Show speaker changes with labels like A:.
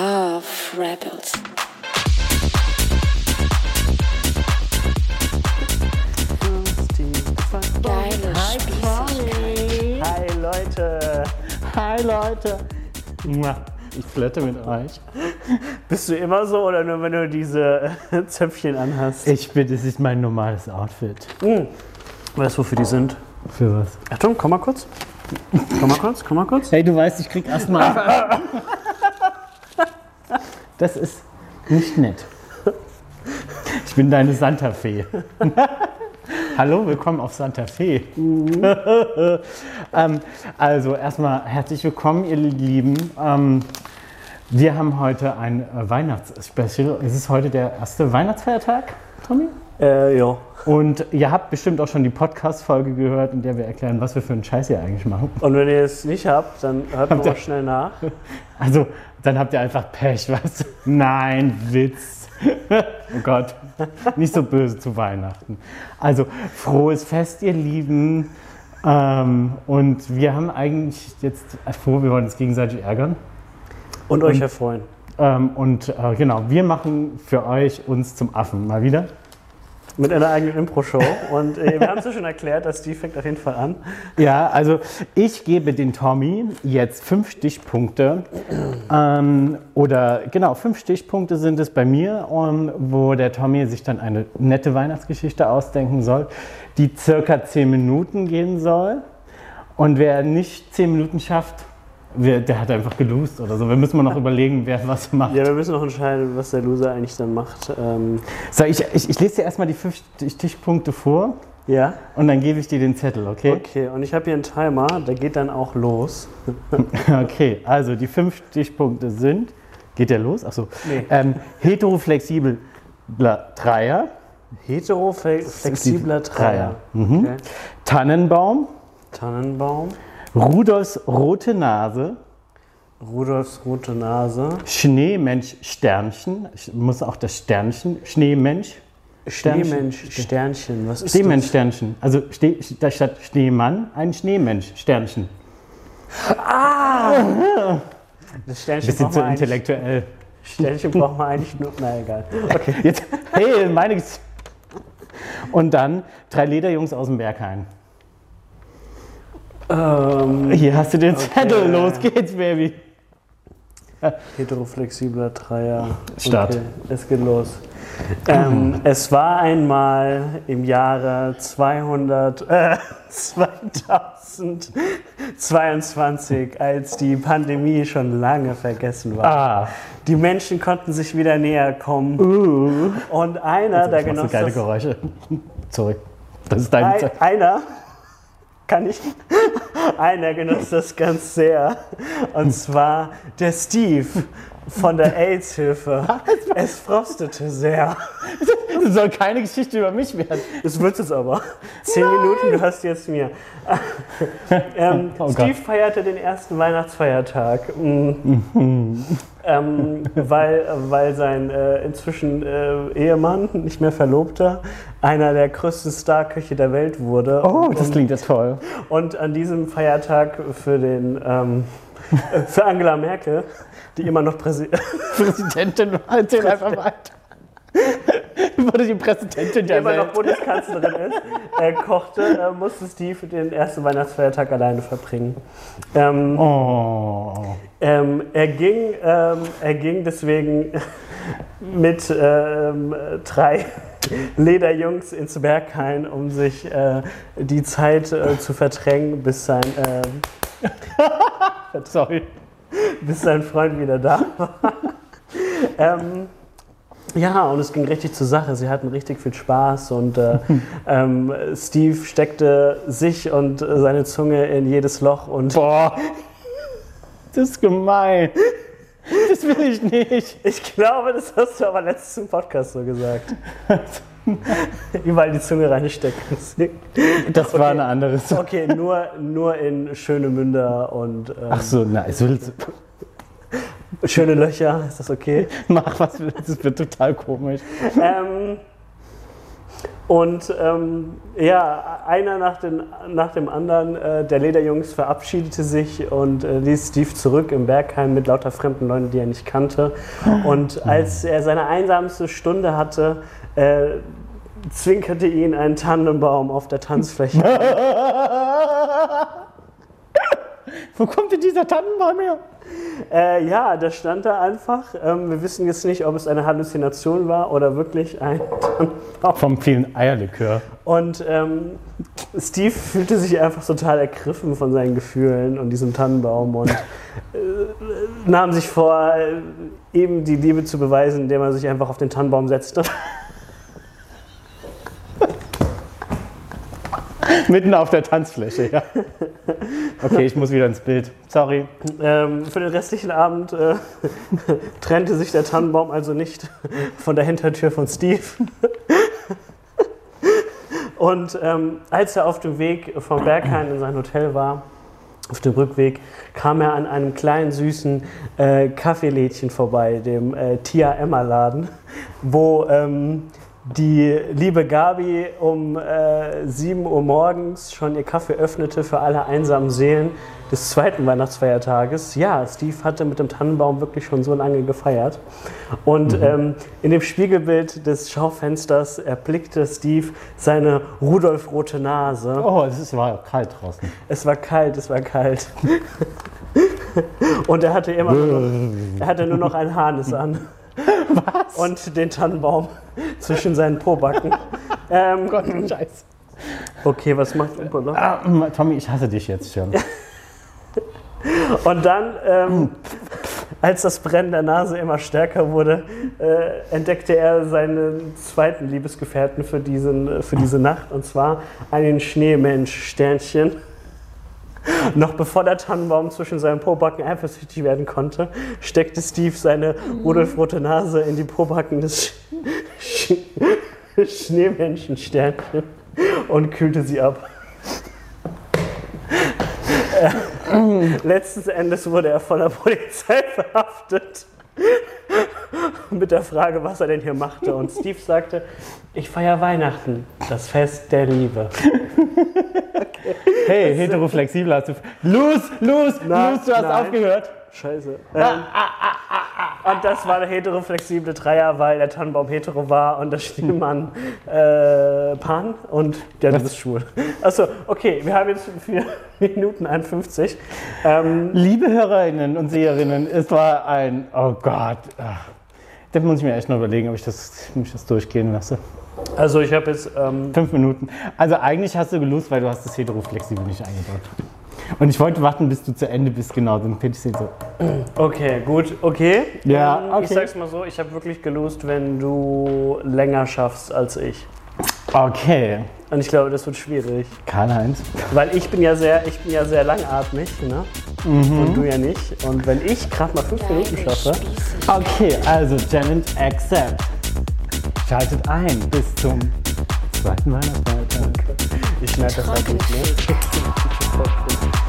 A: Love Rebels. Geile Spießigkeit.
B: Hi Leute! Hi Leute! Mua. Ich flirte mit euch.
C: Bist du immer so oder nur wenn du diese äh, Zöpfchen anhast?
B: Ich bin, das ist mein normales Outfit.
C: Mm. Weißt du, wofür die sind?
B: Für was?
C: Achtung, komm mal kurz. Komm mal kurz, komm mal kurz.
B: Hey, du weißt, ich krieg Asthma. Das ist nicht nett. Ich bin deine Santa Fe. Hallo, willkommen auf Santa Fe. Mhm. ähm, also erstmal herzlich willkommen, ihr Lieben. Ähm, wir haben heute ein äh, Weihnachtsspecial. Es ist heute der erste Weihnachtsfeiertag, Tommy.
C: Äh, ja.
B: Und ihr habt bestimmt auch schon die Podcast-Folge gehört, in der wir erklären, was wir für einen Scheiß hier eigentlich machen.
C: Und wenn ihr es nicht habt, dann hört
B: Habt
C: mal
B: ihr-
C: auch schnell nach.
B: Also, dann habt ihr einfach Pech, weißt du? Nein, Witz. oh Gott, nicht so böse zu Weihnachten. Also, frohes Fest, ihr Lieben. Ähm, und wir haben eigentlich jetzt vor, wir wollen uns gegenseitig ärgern.
C: Und euch erfreuen.
B: Ähm, und äh, genau, wir machen für euch uns zum Affen mal wieder.
C: Mit einer eigenen Impro-Show. Und äh, wir haben es ja schon erklärt, dass die fängt auf jeden Fall an.
B: Ja, also ich gebe den Tommy jetzt fünf Stichpunkte. Ähm, oder genau, fünf Stichpunkte sind es bei mir, ähm, wo der Tommy sich dann eine nette Weihnachtsgeschichte ausdenken soll, die circa zehn Minuten gehen soll. Und wer nicht zehn Minuten schafft, wer, der hat einfach gelost oder so. Wir müssen mal noch überlegen, wer was macht.
C: Ja, wir müssen noch entscheiden, was der Loser eigentlich dann macht. Ähm,
B: So, ich, ich, ich lese dir erstmal die fünf Stichpunkte vor
C: ja,
B: und dann gebe ich dir den Zettel, okay?
C: okay. Und ich habe hier einen Timer, der geht dann auch los.
B: Okay, also die fünf Stichpunkte sind, geht der los? Achso.
C: Nee.
B: Ähm, heteroflexibler Dreier,
C: Hetero-flexibler Dreier.
B: Mhm.
C: Okay.
B: Tannenbaum,
C: Tannenbaum,
B: Rudolfs rote Nase,
C: Rudolfs rote Nase,
B: Schneemensch Sternchen, Sch- muss auch das Sternchen, Schneemensch,
C: Schneemensch, Sternchen. Was ist
B: Schneemensch Sternchen, also Ste da statt Schneemann ein Schneemensch Sternchen.
C: das? Das Sternchen
B: Bisschen
C: braucht
B: zu
C: man eigentlich-
B: intellektuell.
C: Sternchen braucht man eigentlich nur. Na egal. Okay.
B: Jetzt, hey, meine. Ges- Und dann drei Lederjungs aus dem Berghain.
C: Ähm,
B: Hier hast du den Zettel, los geht's, Baby.
C: heteroflexibler Dreier.
B: Start.
C: Okay, es geht los. Ähm, es war einmal im Jahre 200, äh, 2022, als die Pandemie schon lange vergessen war.
B: Ah,
C: Die Menschen konnten sich wieder näher kommen.
B: Uh.
C: Und einer, der
B: da machst du
C: genoss
B: geile
C: das
B: Geräusche. Sorry, das ist dein
C: Ei-
B: Zettel.
C: einer kann ich. Einer genutzt das ganz sehr. Und zwar der Steve von der AIDS-Hilfe. Es frostete sehr.
B: Das soll keine Geschichte über mich werden.
C: Das wird es aber. Zehn Minuten gehörst jetzt mir. ähm,
B: Oh
C: Steve
B: Gott.
C: feierte den ersten Weihnachtsfeiertag. Mhm. ähm, weil, weil sein äh, inzwischen äh, Ehemann, nicht mehr Verlobter, einer der größten Starköche der Welt wurde.
B: Oh,
C: Und-
B: das klingt ja toll.
C: Und an diesem Feiertag für den ähm, äh, für Angela Merkel, die immer noch Präsi
B: Präsidentin, erzähl einfach weiter. Wurde die Präsidentin der
C: immer noch
B: Welt.
C: Bundeskanzlerin ist, äh, kochte, äh, musste Steve den ersten Weihnachtsfeiertag alleine verbringen. Ähm,
B: Oh.
C: ähm, er, ging, ähm, er ging deswegen mit ähm, drei Lederjungs ins Berghain, um sich äh, die Zeit äh, zu verdrängen, bis sein ähm,
B: Sorry.
C: bis sein Freund wieder da war. ähm, ja, und es ging richtig zur Sache. Sie hatten richtig viel Spaß und äh, ähm, Steve steckte sich und äh, seine Zunge in jedes Loch und
B: Boah. Das ist gemein. Das will ich nicht.
C: ich glaube, das hast du aber letztens im Podcast so gesagt. Überall die Zunge reinstecken.
B: Das war eine andere Sache.
C: Okay, nur, nur in schöne Münder und ähm,
B: Ach so, na, es will,
C: schöne Löcher. Ist das okay?
B: mach was, willst, das wird total komisch.
C: ähm, Und ähm, ja, einer nach, den, nach dem anderen äh, der Lederjungs verabschiedete sich und äh, ließ Steve zurück im Bergheim mit lauter fremden Leuten, die er nicht kannte. Und als er seine einsamste Stunde hatte, äh, zwinkerte ihn ein Tannenbaum auf der Tanzfläche.
B: Wo kommt denn dieser Tannenbaum her?
C: Äh, ja, das stand da einfach. Ähm, wir wissen jetzt nicht, ob es eine Halluzination war oder wirklich ein Tannenbaum.
B: Vom vielen Eierlikör.
C: Und ähm, Steve fühlte sich einfach total ergriffen von seinen Gefühlen und diesem Tannenbaum und äh, nahm sich vor, äh, eben die Liebe zu beweisen, indem er sich einfach auf den Tannenbaum setzte.
B: Mitten auf der Tanzfläche, ja. Okay, ich muss wieder ins Bild. Sorry.
C: Ähm, für den restlichen Abend äh, trennte sich der Tannenbaum also nicht von der Hintertür von Steve. Und ähm, als er auf dem Weg vom Berghain in sein Hotel war, auf dem Rückweg, kam er an einem kleinen, süßen äh, Kaffeelädchen vorbei, dem äh, Tia Emma Laden, wo ähm, die liebe Gabi um äh, 7 Uhr morgens schon ihr Kaffee öffnete für alle einsamen Seelen des zweiten Weihnachtsfeiertages. Ja, Steve hatte mit dem Tannenbaum wirklich schon so lange gefeiert. Und ähm, in dem Spiegelbild des Schaufensters erblickte Steve seine rudolfrote Nase.
B: Oh, es ist, war kalt draußen.
C: Es war kalt, es war kalt. Und er hatte immer nur noch, er hatte nur noch ein Harnis an. Was? Und den Tannenbaum zwischen seinen Pobacken. ähm,
B: Gott, Scheiße.
C: okay, was macht Umbolo?
B: Ah, Tommy, ich hasse dich jetzt schon.
C: Und dann, ähm, als das Brennen der Nase immer stärker wurde, äh, entdeckte er seinen zweiten Liebesgefährten für, diesen, äh, für diese Nacht. Und zwar einen Schneemensch-Sternchen. Noch bevor der Tannenbaum zwischen seinen Pobacken eifersüchtig werden konnte, steckte Steve seine rudolfrote Nase in die Pobacken des Sch Sch Schneemenschensternchen und kühlte sie ab. Äh, Letzten Endes wurde er von der Polizei verhaftet. Mit der Frage, was er denn hier machte. Und Steve sagte: Ich feiere Weihnachten, das Fest der Liebe.
B: Hey, heteroflexibel hast du. Los, los,
C: Na,
B: los, du hast
C: nein.
B: aufgehört.
C: Scheiße. Ähm, und das war der heteroflexible Dreier, weil der Tannenbaum hetero war und der Schneemann äh, Pan und der andere ist schwul. Achso, okay, wir haben jetzt 4 Minuten 51. Ähm,
B: Liebe Hörerinnen und Seherinnen, es war ein. Oh Gott. Ach, das muss ich mir echt noch überlegen, ob ich das, ob ich das durchgehen lasse.
C: also ich habe jetzt, ähm,
B: Fünf Minuten. Also eigentlich hast du gelost, weil du hast das heteroflexibel nicht eingebaut. Und ich wollte warten, bis du zu Ende bist, genau. Dann pitch ich so.
C: okay, gut, okay.
B: Ja,
C: ähm, Ich
B: okay.
C: sag's mal so, ich habe wirklich gelost, wenn du länger schaffst als ich.
B: Okay.
C: Und ich glaube, das wird schwierig.
B: Karl-Heinz.
C: Weil ich bin ja sehr, ich bin ja sehr langatmig, ne?
B: Mhm.
C: Und du ja nicht. Und wenn ich gerade mal fünf Minuten schaffe,
B: Okay, also Janet Accept. Schaltet ein bis zum zweiten Weihnachtsfeiertag.
C: ich schneide das halt nicht, ne?
B: Oh